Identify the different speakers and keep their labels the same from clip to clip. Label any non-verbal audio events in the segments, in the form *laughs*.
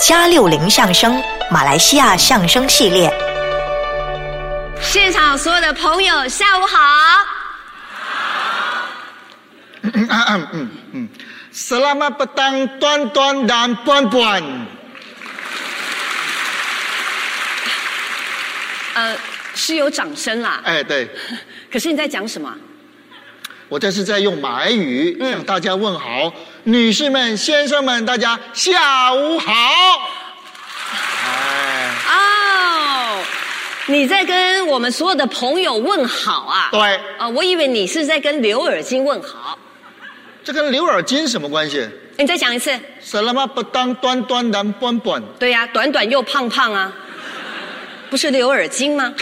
Speaker 1: 加六零相声马来西亚相声系列。
Speaker 2: 现场所有的朋友，下午好。
Speaker 3: Selamat petang tuan-tuan dan puan-puan.
Speaker 2: 呃，是有掌声啦。
Speaker 3: 哎，对，
Speaker 2: 可是你在讲什么啊？
Speaker 3: 我这是在用马来语向大家问好，女士们、先生们，大家下午好。哎，
Speaker 2: 哦，你在跟我们所有的朋友问好啊？
Speaker 3: 对
Speaker 2: 啊，我以为你是在跟刘尔金问好。
Speaker 3: 这跟刘尔金什么关系
Speaker 2: 你再讲一次。
Speaker 3: ？Selamat petang tuan-tuan dan puan-puan。
Speaker 2: 对呀、短短又胖胖啊，不是刘尔金吗？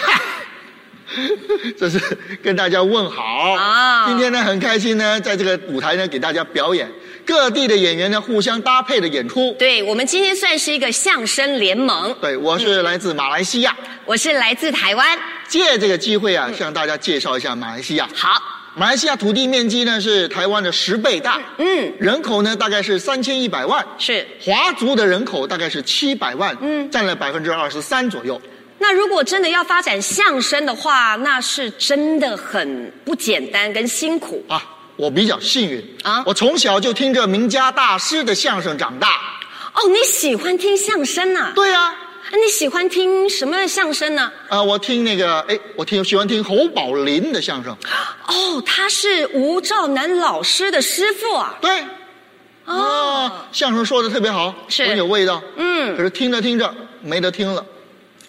Speaker 3: 这是跟大家问好
Speaker 2: 啊
Speaker 3: 今天呢，很开心呢，在这个舞台呢，给大家表演各地的演员呢互相搭配的演出。
Speaker 2: 对，我们今天算是一个相声联盟。
Speaker 3: 对，我是来自马来西亚，
Speaker 2: 我是来自台湾。
Speaker 3: 借这个机会啊，向大家介绍一下马来西亚。
Speaker 2: 好，
Speaker 3: 马来西亚土地面积呢是台湾的十倍大，
Speaker 2: 嗯，
Speaker 3: 人口呢大概是三千一百万，
Speaker 2: 是。
Speaker 3: 华族的人口大概是七百万，
Speaker 2: 嗯
Speaker 3: 占了百分之二十三左右。
Speaker 2: 那如果真的要发展相声的话，那是真的很不简单跟辛苦。
Speaker 3: 啊，我比较幸运
Speaker 2: 啊
Speaker 3: 我从小就听着名家大师的相声长大。
Speaker 2: 哦，你喜欢听相声呐、
Speaker 3: 对呀、啊，
Speaker 2: 啊？你喜欢听什么相声呢？
Speaker 3: 啊我听那个，哎，我听喜欢听侯宝林的相声。
Speaker 2: 哦，他是吴兆南老师的师傅啊。
Speaker 3: 对，
Speaker 2: 哦，
Speaker 3: 啊，相声说的特别好，
Speaker 2: 是
Speaker 3: 很有味道。
Speaker 2: 嗯
Speaker 3: 可是听着听着没得听了，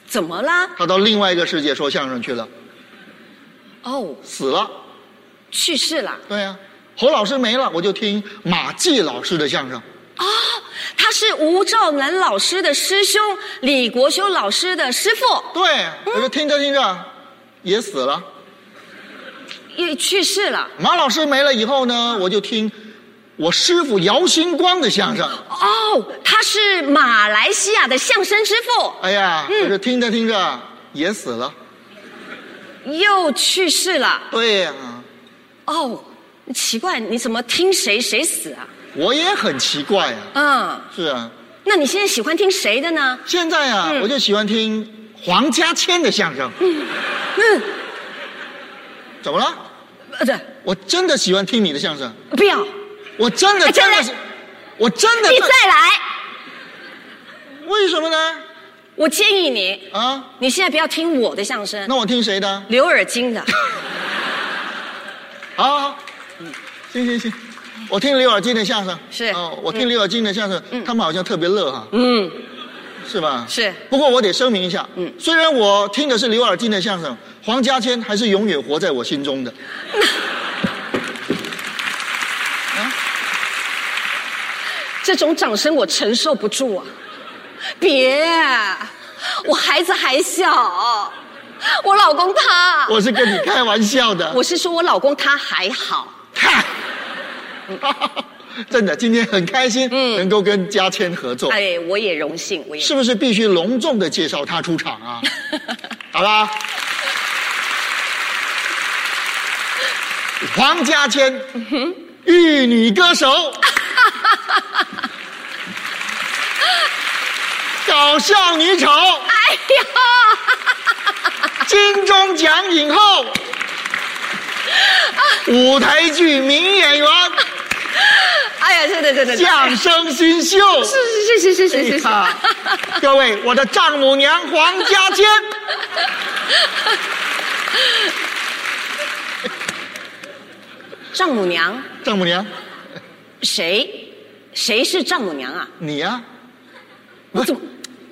Speaker 2: 怎么啦？
Speaker 3: 他到另外一个世界说相声去了，
Speaker 2: 哦，
Speaker 3: 死了。
Speaker 2: 去世了。
Speaker 3: 对呀、侯老师没了，我就听马季老师的相声。
Speaker 2: 哦，他是吴兆南老师的师兄，李国修老师的师傅，
Speaker 3: 对，我就听着听着，也死了。
Speaker 2: 也去世了。
Speaker 3: 马老师没了以后呢，我就听我师傅姚星光的相声。
Speaker 2: 哦，他是马来西亚的相声之父，
Speaker 3: 哎呀，我就听着听着也死了。
Speaker 2: 又去世了。
Speaker 3: 对呀、
Speaker 2: 哦，奇怪，你怎么听谁谁死啊？
Speaker 3: 我也很奇怪呀、
Speaker 2: 嗯，
Speaker 3: 是啊，
Speaker 2: 那你现在喜欢听谁的呢？
Speaker 3: 现在呀、我就喜欢听黄家千的相声。
Speaker 2: 嗯，
Speaker 3: 怎么了？
Speaker 2: 呃，对，
Speaker 3: 我真的喜欢听你的相声，
Speaker 2: 不要，
Speaker 3: 我真的
Speaker 2: 哎
Speaker 3: 真
Speaker 2: 真的
Speaker 3: 的是，我真的
Speaker 2: 你再来。
Speaker 3: 为什么呢？
Speaker 2: 我建议你，
Speaker 3: 啊，
Speaker 2: 你现在不要听我的相声，
Speaker 3: 那我听谁的？
Speaker 2: 刘尔金
Speaker 3: *laughs*
Speaker 2: 的。
Speaker 3: 好，好，行行行，我听刘尔金的相声
Speaker 2: 是
Speaker 3: 哦，我听刘尔金的相声，他们好像特别乐哈，
Speaker 2: 嗯，
Speaker 3: 是吧？
Speaker 2: 是
Speaker 3: 不过我得声明一下，嗯，虽然我听的是刘尔金的相声，黄家千还是永远活在我心中的。
Speaker 2: 这种掌声我承受不住啊！别，啊我孩子还小，我老公他，
Speaker 3: 我是跟你开玩笑的，
Speaker 2: 啊我是说我老公他还好。
Speaker 3: 看， *laughs* 真的，今天很开心，
Speaker 2: 嗯
Speaker 3: 能够跟家千合作，
Speaker 2: 哎，我也荣幸，我也
Speaker 3: 哦是不是必须隆重的介绍他出场啊？好吧。黄家千，玉女歌手，搞笑女丑，
Speaker 2: 哎呀，
Speaker 3: 金钟奖影后，舞台剧名演员，
Speaker 2: 哎呀，真的真的，真的
Speaker 3: 相声新秀。
Speaker 2: 是是是是是是是，
Speaker 3: 啊， *laughs* 各位，我的丈母娘黄家千。
Speaker 2: 丈母娘
Speaker 3: 丈母娘，
Speaker 2: 谁？谁是丈母娘啊？
Speaker 3: 你呀、
Speaker 2: 我怎么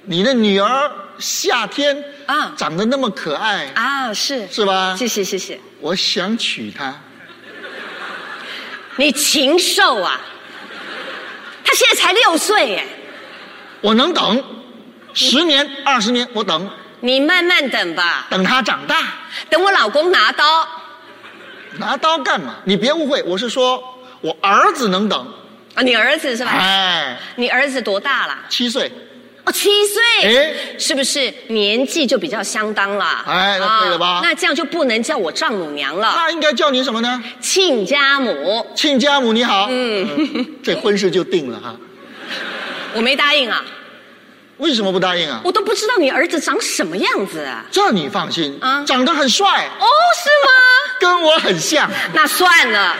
Speaker 3: 你的女儿夏天
Speaker 2: 啊
Speaker 3: 长得那么可爱，
Speaker 2: 啊？是
Speaker 3: 是吧
Speaker 2: 谢谢谢谢，
Speaker 3: 我想娶她。
Speaker 2: 你禽兽啊！他现在才六岁耶，
Speaker 3: 我能等十年、二十年，我等
Speaker 2: 你慢慢等吧，
Speaker 3: 等她长大。
Speaker 2: 等我老公拿刀。
Speaker 3: 拿刀干嘛？你别误会，我是说我儿子能等。
Speaker 2: 啊，你儿子是吧？
Speaker 3: 哎，
Speaker 2: 你儿子多大啦？
Speaker 3: 七岁，
Speaker 2: 哦，七岁，
Speaker 3: 哎
Speaker 2: 是不是年纪就比较相当啦？
Speaker 3: 哎那
Speaker 2: 啊
Speaker 3: 对了吧
Speaker 2: 那这样就不能叫我丈母娘了，
Speaker 3: 那应该叫你什么呢？
Speaker 2: 亲家母，
Speaker 3: 亲家嗯母，你好。嗯，这婚事就定了哈。
Speaker 2: 我没答应啊。
Speaker 3: 为什么不答应啊？
Speaker 2: 我都不知道你儿子长什么样子啊。
Speaker 3: 这你放心
Speaker 2: 啊
Speaker 3: 长得很帅，
Speaker 2: 哦，是吗？
Speaker 3: 跟我很像。
Speaker 2: 那算了，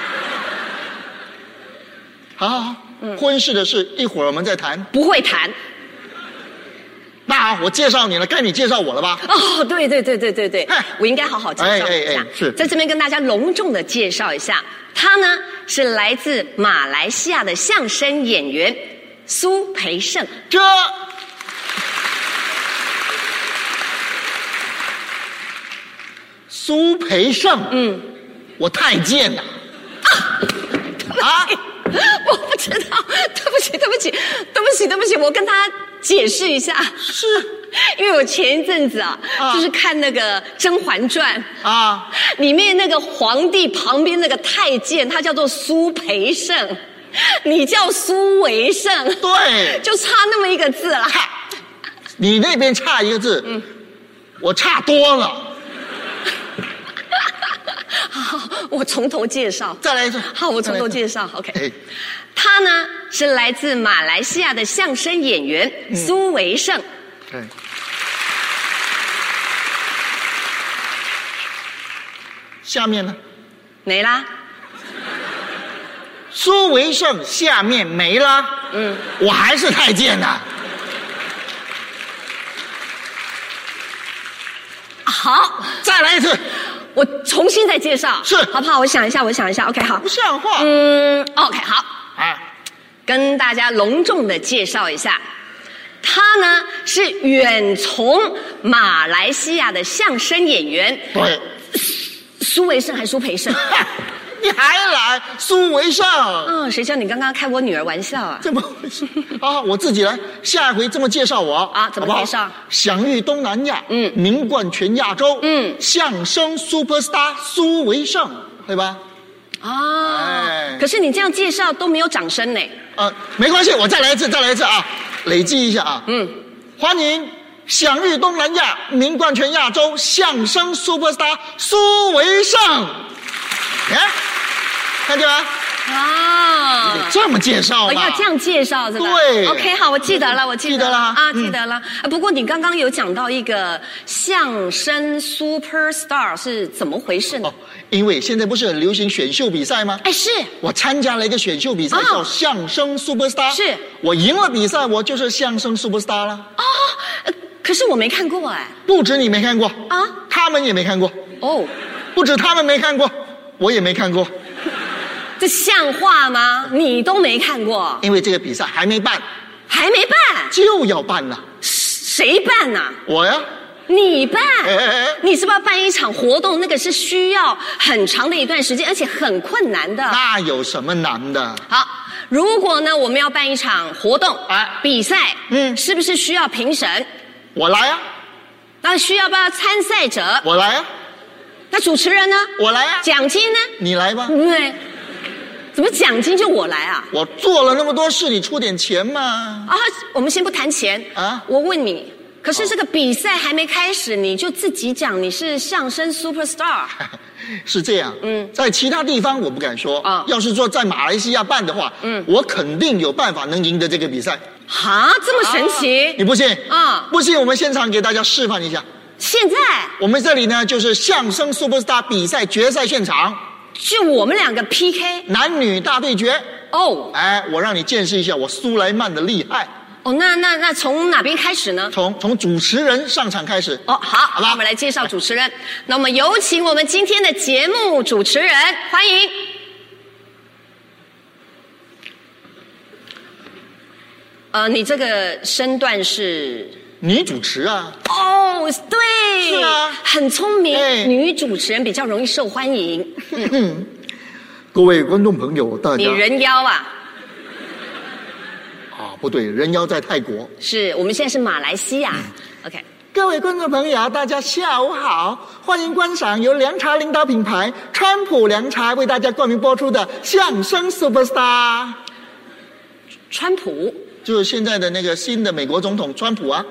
Speaker 3: 好好好，
Speaker 2: 嗯
Speaker 3: 婚事的事一会儿我们再谈。
Speaker 2: 不会谈。
Speaker 3: 那好，我介绍你了，该你介绍我了吧？
Speaker 2: *laughs* 哦，对对对对对对
Speaker 3: 哎，
Speaker 2: 我应该好好介绍一下。
Speaker 3: 哎哎哎是
Speaker 2: 在这边跟大家隆重的介绍一下，他呢是来自马来西亚的相声演员苏培盛。 *gasps*
Speaker 3: 这苏培盛，
Speaker 2: 嗯，
Speaker 3: 我太贱
Speaker 2: *laughs*
Speaker 3: 了啊！
Speaker 2: 我不知道，对不起，对不起，对不起，对不起，我跟他解释一下， *laughs*
Speaker 3: 是
Speaker 2: 因为我前一阵子啊，
Speaker 3: 啊
Speaker 2: 就是看那个《甄嬛传》。
Speaker 3: 啊，
Speaker 2: 里面那个皇帝旁边那个太监，他叫做苏培盛，你叫苏维盛，
Speaker 3: 对
Speaker 2: *laughs* 就差那么一个字啦。
Speaker 3: 你那边差一个字，
Speaker 2: 嗯
Speaker 3: 我差多了。
Speaker 2: 好，我从头介绍。
Speaker 3: 再来一次，
Speaker 2: 好，我从头
Speaker 3: 绍。
Speaker 2: 介绍。OK，、
Speaker 3: 哎，
Speaker 2: 他呢是来自马来西亚的相声演员、
Speaker 3: 嗯
Speaker 2: 苏维盛。
Speaker 3: 对，下面呢？
Speaker 2: 没啦，
Speaker 3: 苏维盛下面没了，
Speaker 2: 嗯，
Speaker 3: 我还是太监呐。
Speaker 2: 好，
Speaker 3: 再来一次，
Speaker 2: 我重新再介绍，
Speaker 3: 是
Speaker 2: 好不好？我想一下，我想一下。OK，好
Speaker 3: 不，像话、
Speaker 2: 嗯，OK，好。
Speaker 3: 啊！
Speaker 2: 跟大家隆重的介绍一下，他呢是远从马来西亚的相声演员
Speaker 3: 对，
Speaker 2: 苏维盛还是苏培
Speaker 3: *laughs*
Speaker 2: 盛？
Speaker 3: 哈你还来苏维盛？
Speaker 2: 嗯、谁叫你刚刚开我女儿玩笑啊？
Speaker 3: 怎么
Speaker 2: *laughs*
Speaker 3: 回事？啊，我自己来，下一回这么介绍我
Speaker 2: 啊怎么
Speaker 3: 好不好
Speaker 2: 介绍
Speaker 3: 享誉东南亚，
Speaker 2: 嗯
Speaker 3: 名冠全亚洲，
Speaker 2: 嗯
Speaker 3: 相声 super star 苏维盛，对吧？
Speaker 2: 啊
Speaker 3: 哎！
Speaker 2: 可是你这样介绍都没有掌声呢。
Speaker 3: 啊，没关系，我再来一次，再来一次啊，累积一下啊。
Speaker 2: 嗯，
Speaker 3: 欢迎享誉东南亚、名冠全亚洲相声 super star 苏维盛。哎，看见吗？哦得
Speaker 2: 啊。
Speaker 3: 这么介绍
Speaker 2: 我
Speaker 3: 吗？
Speaker 2: 要这样介绍这个。
Speaker 3: 对
Speaker 2: OK，好，我记得了，我记
Speaker 3: 记得了
Speaker 2: 啊，
Speaker 3: 嗯
Speaker 2: 记得了。啊不过你刚刚有讲到一个相声 super star 是怎么回事呢
Speaker 3: 哦？，因为现在不是很流行选秀比赛吗？
Speaker 2: 哎，是
Speaker 3: 我参加了一个选秀比赛，
Speaker 2: 哦
Speaker 3: 叫相声 super star。
Speaker 2: 是
Speaker 3: 我赢了比赛，我就是相声 super star 了。
Speaker 2: 呃，可是我没看过哎。
Speaker 3: 不止你没看过
Speaker 2: 啊
Speaker 3: 他们也没看过，
Speaker 2: 哦，
Speaker 3: 不止他们没看过，我也没看过，
Speaker 2: 这像话吗？你都没看过，
Speaker 3: 因为这个比赛还没办，
Speaker 2: 还没办，
Speaker 3: 就要办了。
Speaker 2: 谁办呐、
Speaker 3: 我呀，
Speaker 2: 你办
Speaker 3: 哎哎哎，
Speaker 2: 你是不是要办一场活动？那个是需要很长的一段时间，而且很困难的。
Speaker 3: 那有什么难的？
Speaker 2: 好，如果呢我们要办一场活动
Speaker 3: 哎
Speaker 2: 比赛，
Speaker 3: 嗯
Speaker 2: 是不是需要评审？
Speaker 3: 我来呀，
Speaker 2: 那需要不要参赛者？
Speaker 3: 我来呀，啊
Speaker 2: 那主持人呢？
Speaker 3: 我来呀，
Speaker 2: 奖金呢？
Speaker 3: 你来吧。
Speaker 2: 对，怎么奖金就我来啊？
Speaker 3: 我做了那么多事，你出点钱嘛。 *laughs*
Speaker 2: 啊，我们先不谈钱
Speaker 3: 啊
Speaker 2: 啊。我问你，可是这个比赛还没开始，你就自己讲你是相声 super
Speaker 3: *laughs*
Speaker 2: star
Speaker 3: 是这样，
Speaker 2: 嗯
Speaker 3: 在其他地方我不敢说
Speaker 2: 啊
Speaker 3: 要是说在马来西亚办的话，
Speaker 2: 嗯
Speaker 3: 我肯定有办法能赢得这个比赛。
Speaker 2: 哈，这么神奇？
Speaker 3: 你不信？
Speaker 2: 啊
Speaker 3: 不信我们现场给大家示范一下。
Speaker 2: 现在
Speaker 3: 我们这里呢就是相声 Super Star 比赛决赛现场，
Speaker 2: 就我们两个 PK
Speaker 3: 男女大对决。
Speaker 2: 哦
Speaker 3: 哎，我让你见识一下我苏莱曼的厉害。
Speaker 2: 哦，那那那从哪边开始呢？
Speaker 3: 从从主持人上场开始。
Speaker 2: 哦，好，
Speaker 3: 吧
Speaker 2: 那我们来介绍主持人。那我们有请我们今天的节目主持人，欢迎。呃，你这个身段是
Speaker 3: 女主持啊，
Speaker 2: 哦，对，
Speaker 3: 是啊
Speaker 2: 很聪明、
Speaker 3: 哎
Speaker 2: 女主持人比较容易受欢迎。
Speaker 3: 各位观众朋友，大
Speaker 2: 你
Speaker 3: 家
Speaker 2: 人妖啊？
Speaker 3: 啊，不对，人妖在泰国。
Speaker 2: 是我们现在是马来西亚。OK，
Speaker 3: 嗯各位观众朋友，啊大家下午好，欢迎观赏由凉茶领导品牌川普凉茶为大家冠名播出的相声 Super Star，
Speaker 2: 川普
Speaker 3: 就是现在的那个新的美国总统川普啊，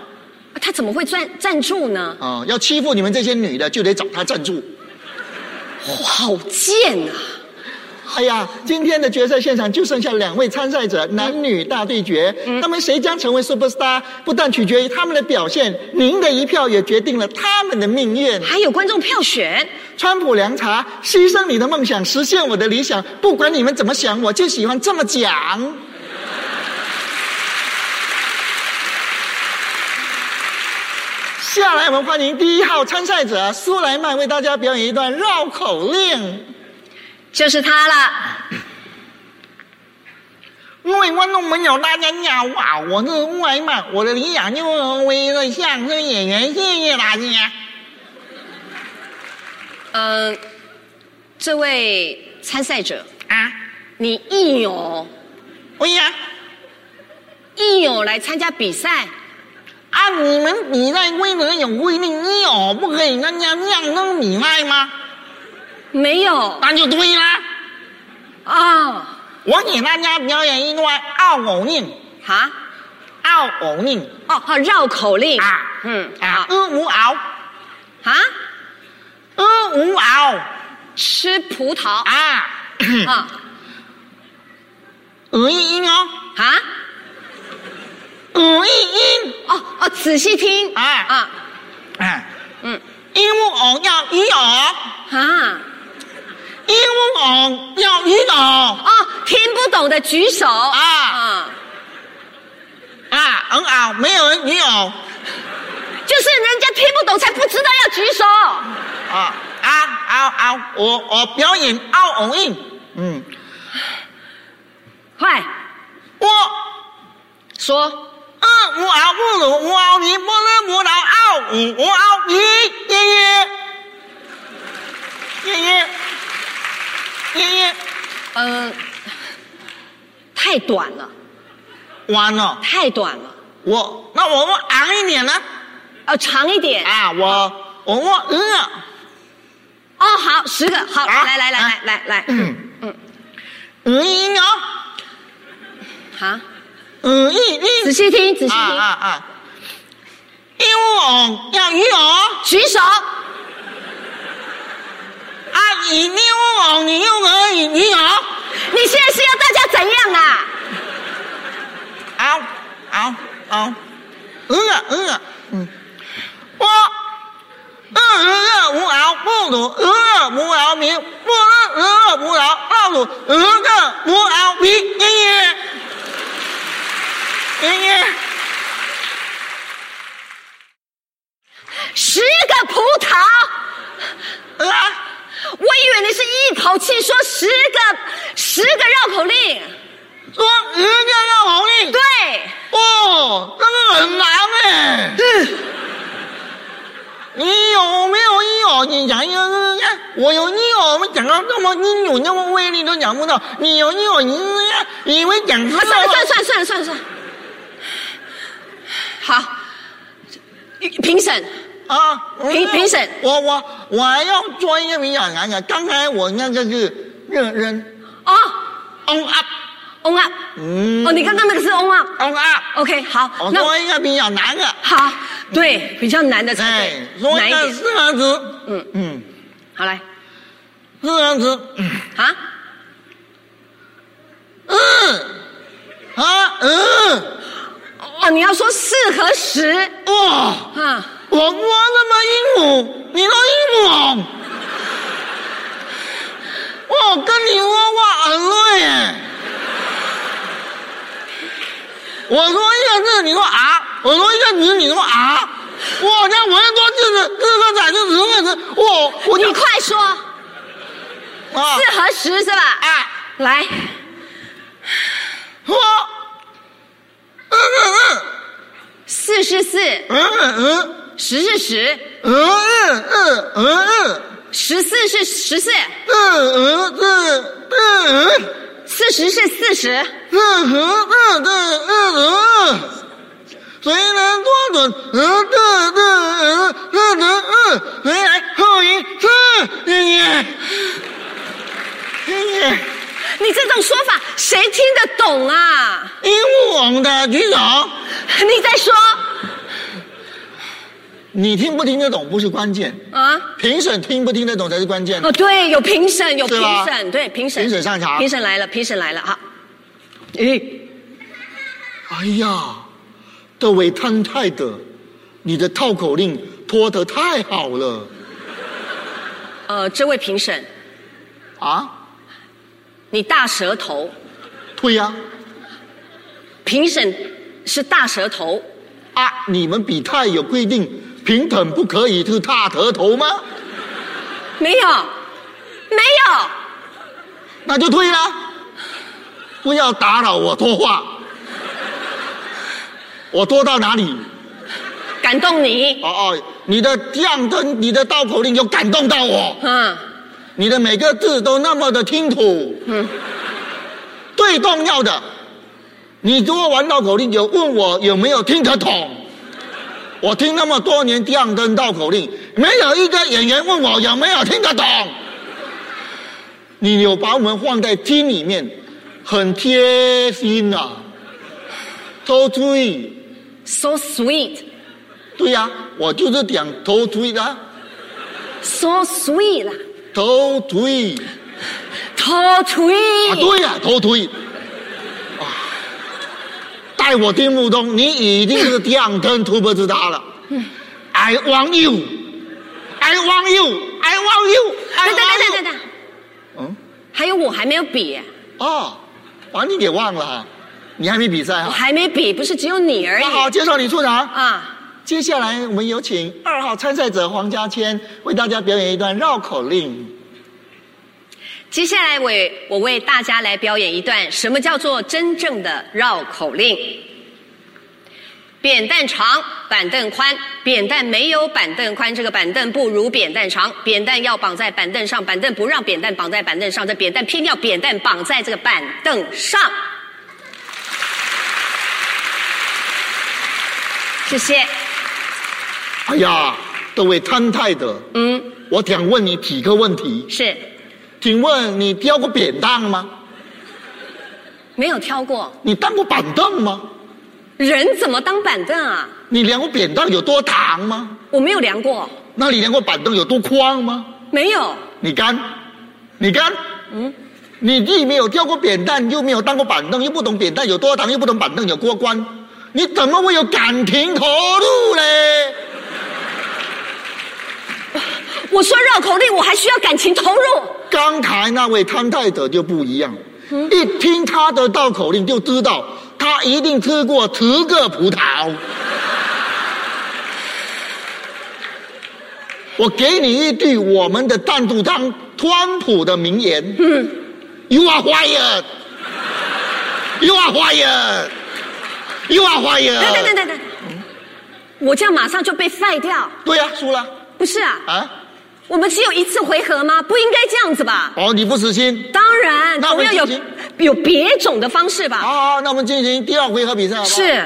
Speaker 2: 他怎么会赞赞助呢？
Speaker 3: 啊、要欺负你们这些女的就得找他赞助。
Speaker 2: 哇，好贱啊！
Speaker 3: 哎呀，今天的决赛现场就剩下两位参赛者，男女大对决，他们谁将成为 super star，不但取决于他们的表现，您的一票也决定了他们的命运。
Speaker 2: 还有观众票选，
Speaker 3: 川普凉茶，牺牲你的梦想，实现我的理想。不管你们怎么想，我就喜欢这么讲。下来，我们欢迎第一号参赛者苏莱曼为大家表演一段绕口令。
Speaker 2: 就是他了。
Speaker 3: 因为观众朋友，大家好啊，我是乌来曼，我的理想就是为了相声演员，谢谢大家。
Speaker 2: 嗯、这位参赛者，
Speaker 3: 啊，
Speaker 2: 你一有
Speaker 3: 喂呀，
Speaker 2: 一有来参加比赛，
Speaker 3: 啊，你们比赛规则有规定，你有不可以参加相声比赛吗？
Speaker 2: 没有
Speaker 3: 那就对啦。
Speaker 2: 啊？
Speaker 3: 我给大家表演一段绕口令，
Speaker 2: 哈？
Speaker 3: 绕口令
Speaker 2: 哦，好绕口令
Speaker 3: 啊
Speaker 2: 嗯，
Speaker 3: 啊，
Speaker 2: 好
Speaker 3: 呃无敖，
Speaker 2: 啊，
Speaker 3: 呃无敖
Speaker 2: 吃葡萄啊
Speaker 3: 啊， *coughs*
Speaker 2: 啊
Speaker 3: 呃一音哦，呃一音
Speaker 2: 哦哦，仔细听
Speaker 3: 啊
Speaker 2: 啊
Speaker 3: 啊，
Speaker 2: 嗯
Speaker 3: 鹦鹉偶要鱼偶。
Speaker 2: 啊
Speaker 3: 鹦鹉偶要鱼偶啊，
Speaker 2: 哦，听不懂的举手
Speaker 3: À,
Speaker 2: 啊，
Speaker 3: 嗯啊，没有人鱼偶
Speaker 2: 就是人家听不懂才不知道要举手。
Speaker 3: 啊啊啊啊！我我表演奥偶印，嗯，
Speaker 2: 快
Speaker 3: 我
Speaker 2: 说，
Speaker 3: 二无敖不鲁无敖尼波勒无劳奥五无敖尼耶耶耶耶耶耶，
Speaker 2: 嗯、太短了，
Speaker 3: 完了，
Speaker 2: 太短了，
Speaker 3: 我那我们昂一点呢？
Speaker 2: 呃，长一点。
Speaker 3: 啊，我我我嗯。
Speaker 2: 哦，好，十个，好，
Speaker 3: 啊
Speaker 2: 来来来
Speaker 3: 啊
Speaker 2: 来来来，
Speaker 3: 嗯
Speaker 2: 嗯，
Speaker 3: 嗯一鸟，
Speaker 2: 好，
Speaker 3: 嗯一一
Speaker 2: 仔细听，仔细
Speaker 3: 啊啊
Speaker 2: 听，
Speaker 3: 啊！鹦鹉偶要鱼偶，啊，
Speaker 2: 举手。
Speaker 3: 你鹦鹉偶你又可以鱼偶，
Speaker 2: 你现在是要大家怎样啊？
Speaker 3: 嗷嗷嗷，嗯啊嗯啊嗯，我二十个无敖不鲁，二无敖名，不二二无敖二鲁，二个无敖名，爷爷爷爷，
Speaker 2: 十个葡萄，
Speaker 3: 呃啊
Speaker 2: 我以为你是一口气说十个十个绕口令，
Speaker 3: 说人家要红利。
Speaker 2: 对。
Speaker 3: 哦，那个很难哎。你有没有你有？你讲一个，看我有你有，我们讲到这么清楚，那么威力都讲不到。你有你有，你你以为讲知
Speaker 2: 啊，
Speaker 3: 道
Speaker 2: 算了
Speaker 3: 吗
Speaker 2: 算了算了算了算了算了，好，评审
Speaker 3: 啊？
Speaker 2: 评
Speaker 3: 我
Speaker 2: 评审
Speaker 3: 我我我还要做一个比较难的。刚才我那个是认真
Speaker 2: 哦
Speaker 3: on up
Speaker 2: ，on up，
Speaker 3: 嗯
Speaker 2: 哦，你刚刚那个是 on up，OK，、
Speaker 3: on up，
Speaker 2: OK，好，
Speaker 3: 我
Speaker 2: 那
Speaker 3: 做一个比较难的。
Speaker 2: 好，对，比较难的才
Speaker 3: 哎，
Speaker 2: 对，
Speaker 3: 说
Speaker 2: 难一
Speaker 3: 一个
Speaker 2: 点，
Speaker 3: 四个字，
Speaker 2: 嗯，
Speaker 3: 嗯，
Speaker 2: 好来，
Speaker 3: 四个字。嗯
Speaker 2: 啊，
Speaker 3: 嗯，啊，嗯，
Speaker 2: 哦，你要说四和十，
Speaker 3: 哇，
Speaker 2: 啊，
Speaker 3: 我摸那么鹦鹉，你都鹦鹉，哇，我跟你说话很累耶。我说一个字，你说啊；我说一个字，你说啊。哇，那我要说字字字个仔就十个字，我我就
Speaker 2: 你快说，
Speaker 3: 啊
Speaker 2: 四和十是吧？
Speaker 3: 啊，
Speaker 2: 来，
Speaker 3: 我嗯
Speaker 2: 四是四，
Speaker 3: 嗯嗯嗯
Speaker 2: 十是十，
Speaker 3: 嗯嗯嗯嗯嗯。
Speaker 2: 十四是十四，
Speaker 3: 嗯嗯嗯嗯嗯
Speaker 2: 四十是四十。
Speaker 3: 嗯嗯嗯嗯，谁能做准？嗯嗯嗯嗯嗯嗯，谁来后赢？是爷爷，爷爷，
Speaker 2: 你这种说法谁听得懂啊？
Speaker 3: 鹦鹉王的举手，
Speaker 2: 你在说
Speaker 3: 嗯你听不听得懂不是关键，
Speaker 2: 啊？
Speaker 3: 评审听不听得懂才是关键。
Speaker 2: 哦，对，有评审，有评
Speaker 3: 是吧
Speaker 2: 审，对，评审，
Speaker 3: 评审上场
Speaker 2: 评审来了，评审来了啊！诶，
Speaker 3: 哎呀，这位贪太的，你的套口令拖得太好了
Speaker 2: 呃，这位评审，
Speaker 3: 啊！
Speaker 2: 你大舌头，
Speaker 3: 对呀、
Speaker 2: 评审是大舌头，
Speaker 3: 啊，你们比泰有规定，平等不可以是大舌头吗？
Speaker 2: 没有，没有，
Speaker 3: 那就对了，不要打扰我说话。我多到哪里？
Speaker 2: 感动你，
Speaker 3: 哦哦，你的降灯，你的道口令有感动到我，
Speaker 2: 嗯，
Speaker 3: 你的每个字都那么的清楚。
Speaker 2: 嗯。
Speaker 3: 最重要的，你如果玩绕口令，有问我有没有听得懂？我听那么多年降灯绕口令，没有一个演员问我有没有听得懂。你有把我们放在心里面，很贴心啊，都注意。
Speaker 2: so sweet，so
Speaker 3: 对呀、我就是讲头推啦，
Speaker 2: sweet 啦，
Speaker 3: 头推
Speaker 2: 头锤，
Speaker 3: *laughs* 啊，对呀、头推啊，在我心目中，你已经是第二根突破之他了。I
Speaker 2: 嗯
Speaker 3: want you, I want you, I want you, I
Speaker 2: 等等等
Speaker 3: want
Speaker 2: 等
Speaker 3: you。
Speaker 2: 等等，
Speaker 3: 啊嗯，
Speaker 2: 还有我还没有比，
Speaker 3: 哦，把你给忘了啊，你还没比赛
Speaker 2: 我
Speaker 3: 啊？
Speaker 2: 还没比，不是只有你而已
Speaker 3: 那好，介绍你出场。
Speaker 2: 啊！
Speaker 3: 接下来我们有请二号参赛者黄家千为大家表演一段绕口令。
Speaker 2: 接下来为我为大家来表演一段什么叫做真正的绕口令。扁担长，板凳宽，扁担没有板凳宽，这个板凳不如扁担长，扁担要绑在板凳上，板凳不让扁担绑在板凳上，这扁担偏要扁担绑在这个板凳上。谢谢。
Speaker 3: 哎呀，各位参赛者，
Speaker 2: 嗯，
Speaker 3: 我想问你几个问题，
Speaker 2: 是
Speaker 3: 请问你挑过扁担吗？
Speaker 2: 没有挑过，
Speaker 3: 你当过板凳吗？
Speaker 2: 人怎么当板凳啊？
Speaker 3: 你量过扁担有多长吗？
Speaker 2: 我没有量过，
Speaker 3: 那你量过板凳有多宽吗？
Speaker 2: 没有。
Speaker 3: 你干，你干，
Speaker 2: 嗯，
Speaker 3: 你既没有挑过扁担，又没有当过板凳，又不懂扁担有多长，又不懂板凳有多宽，你怎么会有感情投入嘞？
Speaker 2: 我说绕口令，我还需要感情投入。
Speaker 3: 刚才那位参赛者就不一样，
Speaker 2: 嗯
Speaker 3: 一听他的绕口令就知道他一定吃过十个
Speaker 2: *laughs*
Speaker 3: 葡萄。我给你一句我们的赞助商川普的名言、y
Speaker 2: 嗯
Speaker 3: o u are fired, you are fired, you are
Speaker 2: 等等等
Speaker 3: fired。
Speaker 2: 等等，我这样马上就被废掉？
Speaker 3: 对呀、输了
Speaker 2: 不是啊，
Speaker 3: 啊！
Speaker 2: 我们只有一次回合吗？不应该这样子吧？
Speaker 3: 哦，你不死心。
Speaker 2: 当然，
Speaker 3: 那我
Speaker 2: 总要
Speaker 3: 们
Speaker 2: 有
Speaker 3: 进
Speaker 2: 有别种的方式吧？
Speaker 3: 好好，那我们进行第二回合比赛好不好？
Speaker 2: 啊是，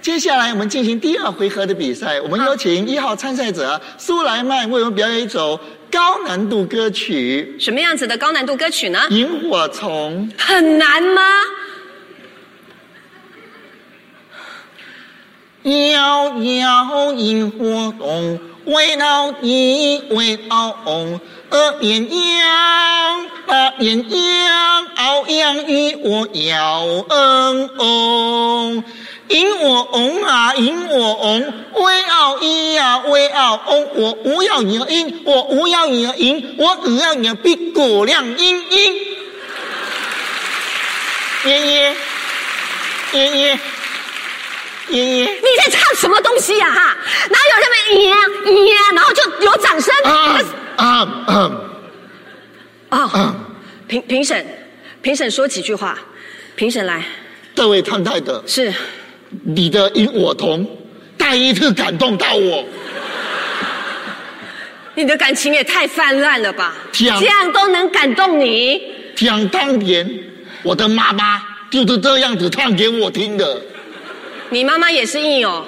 Speaker 3: 接下来我们进行第二回合的比赛，我们有请一号参赛者苏莱曼为我们表演一首高难度歌曲
Speaker 2: 什么样子的高难度歌曲呢？
Speaker 3: 《萤火虫》。
Speaker 2: 很难吗？
Speaker 3: 摇摇萤火虫，围绕你围绕红，二鸳鸯，八鸳鸯，鸳鸯与我摇嗯哦。萤火红啊，萤火红，围绕你呀，围绕红。我不要你的鹰，我不要你的鹰，我只要你的屁股亮晶晶。爷爷，爷爷，爷爷。
Speaker 2: 你在唱什么东西呀、哈，哪有这么耶耶，然后就有掌声？
Speaker 3: 啊啊啊！
Speaker 2: 哦
Speaker 3: 嗯，
Speaker 2: 评评审，评审说几句话，评审来
Speaker 3: 这位参赛者，
Speaker 2: 是。
Speaker 3: 你的萤火虫再一次感动到我。
Speaker 2: 你的感情也太泛滥了吧！
Speaker 3: 这样
Speaker 2: 都能感动你？
Speaker 3: 想当年，我的妈妈就是这样子唱给我听的。
Speaker 2: 你妈妈也是硬哦，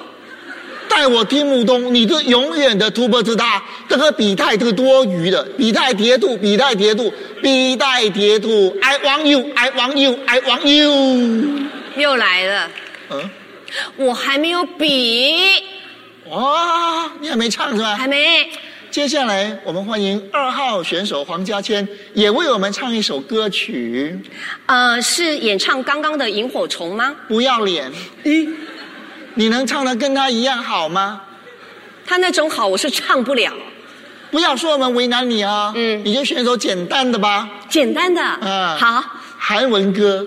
Speaker 3: 在我心目中，你是永远的 super star。这个比赛是多余的，比赛叠度，比赛叠度，比赛叠度。I want you, I want you, I want you。
Speaker 2: 又来了，
Speaker 3: 嗯，
Speaker 2: 我还没有比。
Speaker 3: 哇，你还没唱是吧？
Speaker 2: 还没，
Speaker 3: 接下来我们欢迎二号选手黄家千，也为我们唱一首歌曲《
Speaker 2: 呃，是演唱刚刚的萤火虫吗？
Speaker 3: 不要脸》。咦，你能唱的跟他一样好吗？
Speaker 2: 他那种好我是唱不了，
Speaker 3: 不要说我们为难你啊，嗯，你就选首简单的吧，
Speaker 2: 简单的。
Speaker 3: 嗯
Speaker 2: 好，
Speaker 3: 韩文歌，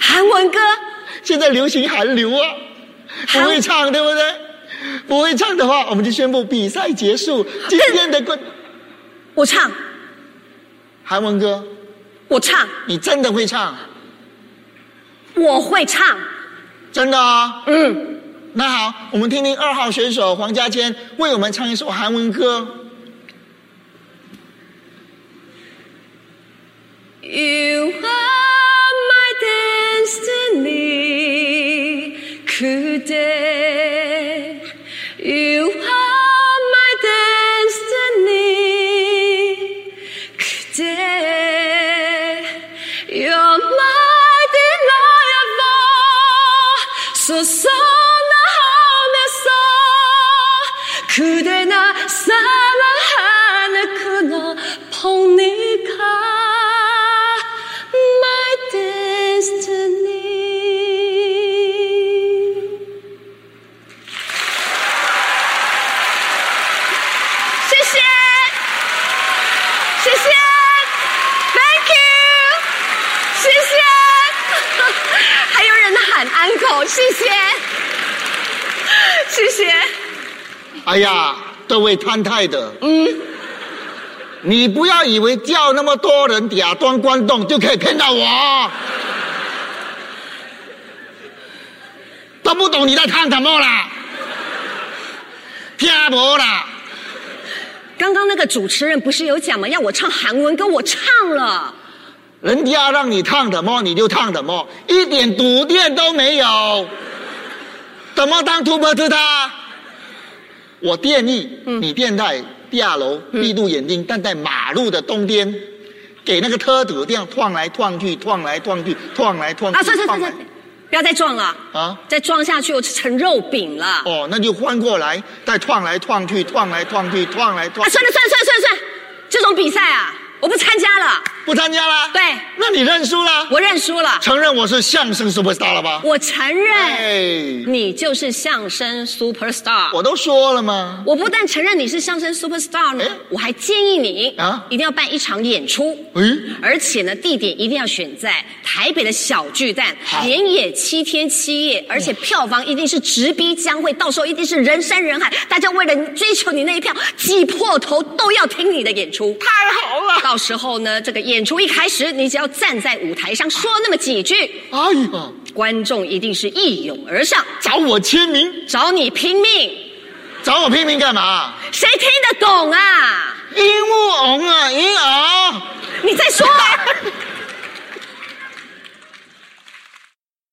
Speaker 2: 韩文歌，
Speaker 3: 现在流行韩流啊，不
Speaker 2: 韩
Speaker 3: 会唱对不对？不会唱的话，我们就宣布比赛结束。今天的冠
Speaker 2: 我唱，
Speaker 3: 韩文歌，
Speaker 2: 我唱，
Speaker 3: 你真的会唱？
Speaker 2: 我会唱。
Speaker 3: 真的啊、
Speaker 2: 嗯，
Speaker 3: 那好，我们听听二号选手黄家千为我们唱一首韩文歌。
Speaker 2: You are my destiny, 그대. You are my destiny, 그대. You're my deliverer, 소선하면서 그대 나 사랑하는 그너 폭리가 my destiny 谢谢，谢谢，Thank you，谢谢， *laughs* 还有人喊 uncle，谢谢， *laughs* 谢谢，
Speaker 3: *laughs* 哎呀，各位摊太的，嗯，你不要以为叫那么多人假装观众就可以骗到我哦，都不懂你在唱什么啦，听不啦，
Speaker 2: 刚刚那个主持人不是有讲吗？要我唱韩文歌，我唱了。
Speaker 3: 人家让你唱什么你就唱什么，一点主见都没有，怎么当突破特他？我建议
Speaker 2: 嗯
Speaker 3: 你店在地下楼闭住眼睛，站在马路的东边，给那个车子这样撞来撞去，撞来撞去，撞来撞去。
Speaker 2: 啊，算算算
Speaker 3: 撞来
Speaker 2: 算，不要再撞了
Speaker 3: 哦啊
Speaker 2: 再撞下去我就成肉饼了。啊，
Speaker 3: 哦，那就翻过来，再撞来撞去，撞来撞去，撞来撞
Speaker 2: 啊
Speaker 3: 去。
Speaker 2: 算了算了算了算了算了，这种比赛啊，我不参加了，
Speaker 3: 不参加啦？
Speaker 2: 对
Speaker 3: 那你认输啦？
Speaker 2: 我认输了，
Speaker 3: 承认我是相声 superstar 了吧？
Speaker 2: 我承认
Speaker 3: 哎，
Speaker 2: 你就是相声 super star。
Speaker 3: 我都说了嘛，
Speaker 2: 我不但承认你是相声 super star 呢
Speaker 3: 哎，
Speaker 2: 我还建议你
Speaker 3: 啊
Speaker 2: 一定要办一场演出。
Speaker 3: 哎
Speaker 2: 而且呢，地点一定要选在台北的小巨蛋，
Speaker 3: 好
Speaker 2: 连演七天七夜，而且票房一定是直逼将会，到时候一定是人山人海，大家为了追求你那一票，挤破头都要听你的演出。
Speaker 3: 太好了。
Speaker 2: 到时候呢，这个演出一开始，你只要站在舞台上说那么几句，
Speaker 3: 哎呀，
Speaker 2: 观众一定是一涌而上，
Speaker 3: 找我签名，
Speaker 2: 找你拼命，
Speaker 3: 找我拼命干嘛？
Speaker 2: 谁听得懂啊？
Speaker 3: 鹦鹉红啊，鹦鹉。
Speaker 2: 你再说啊！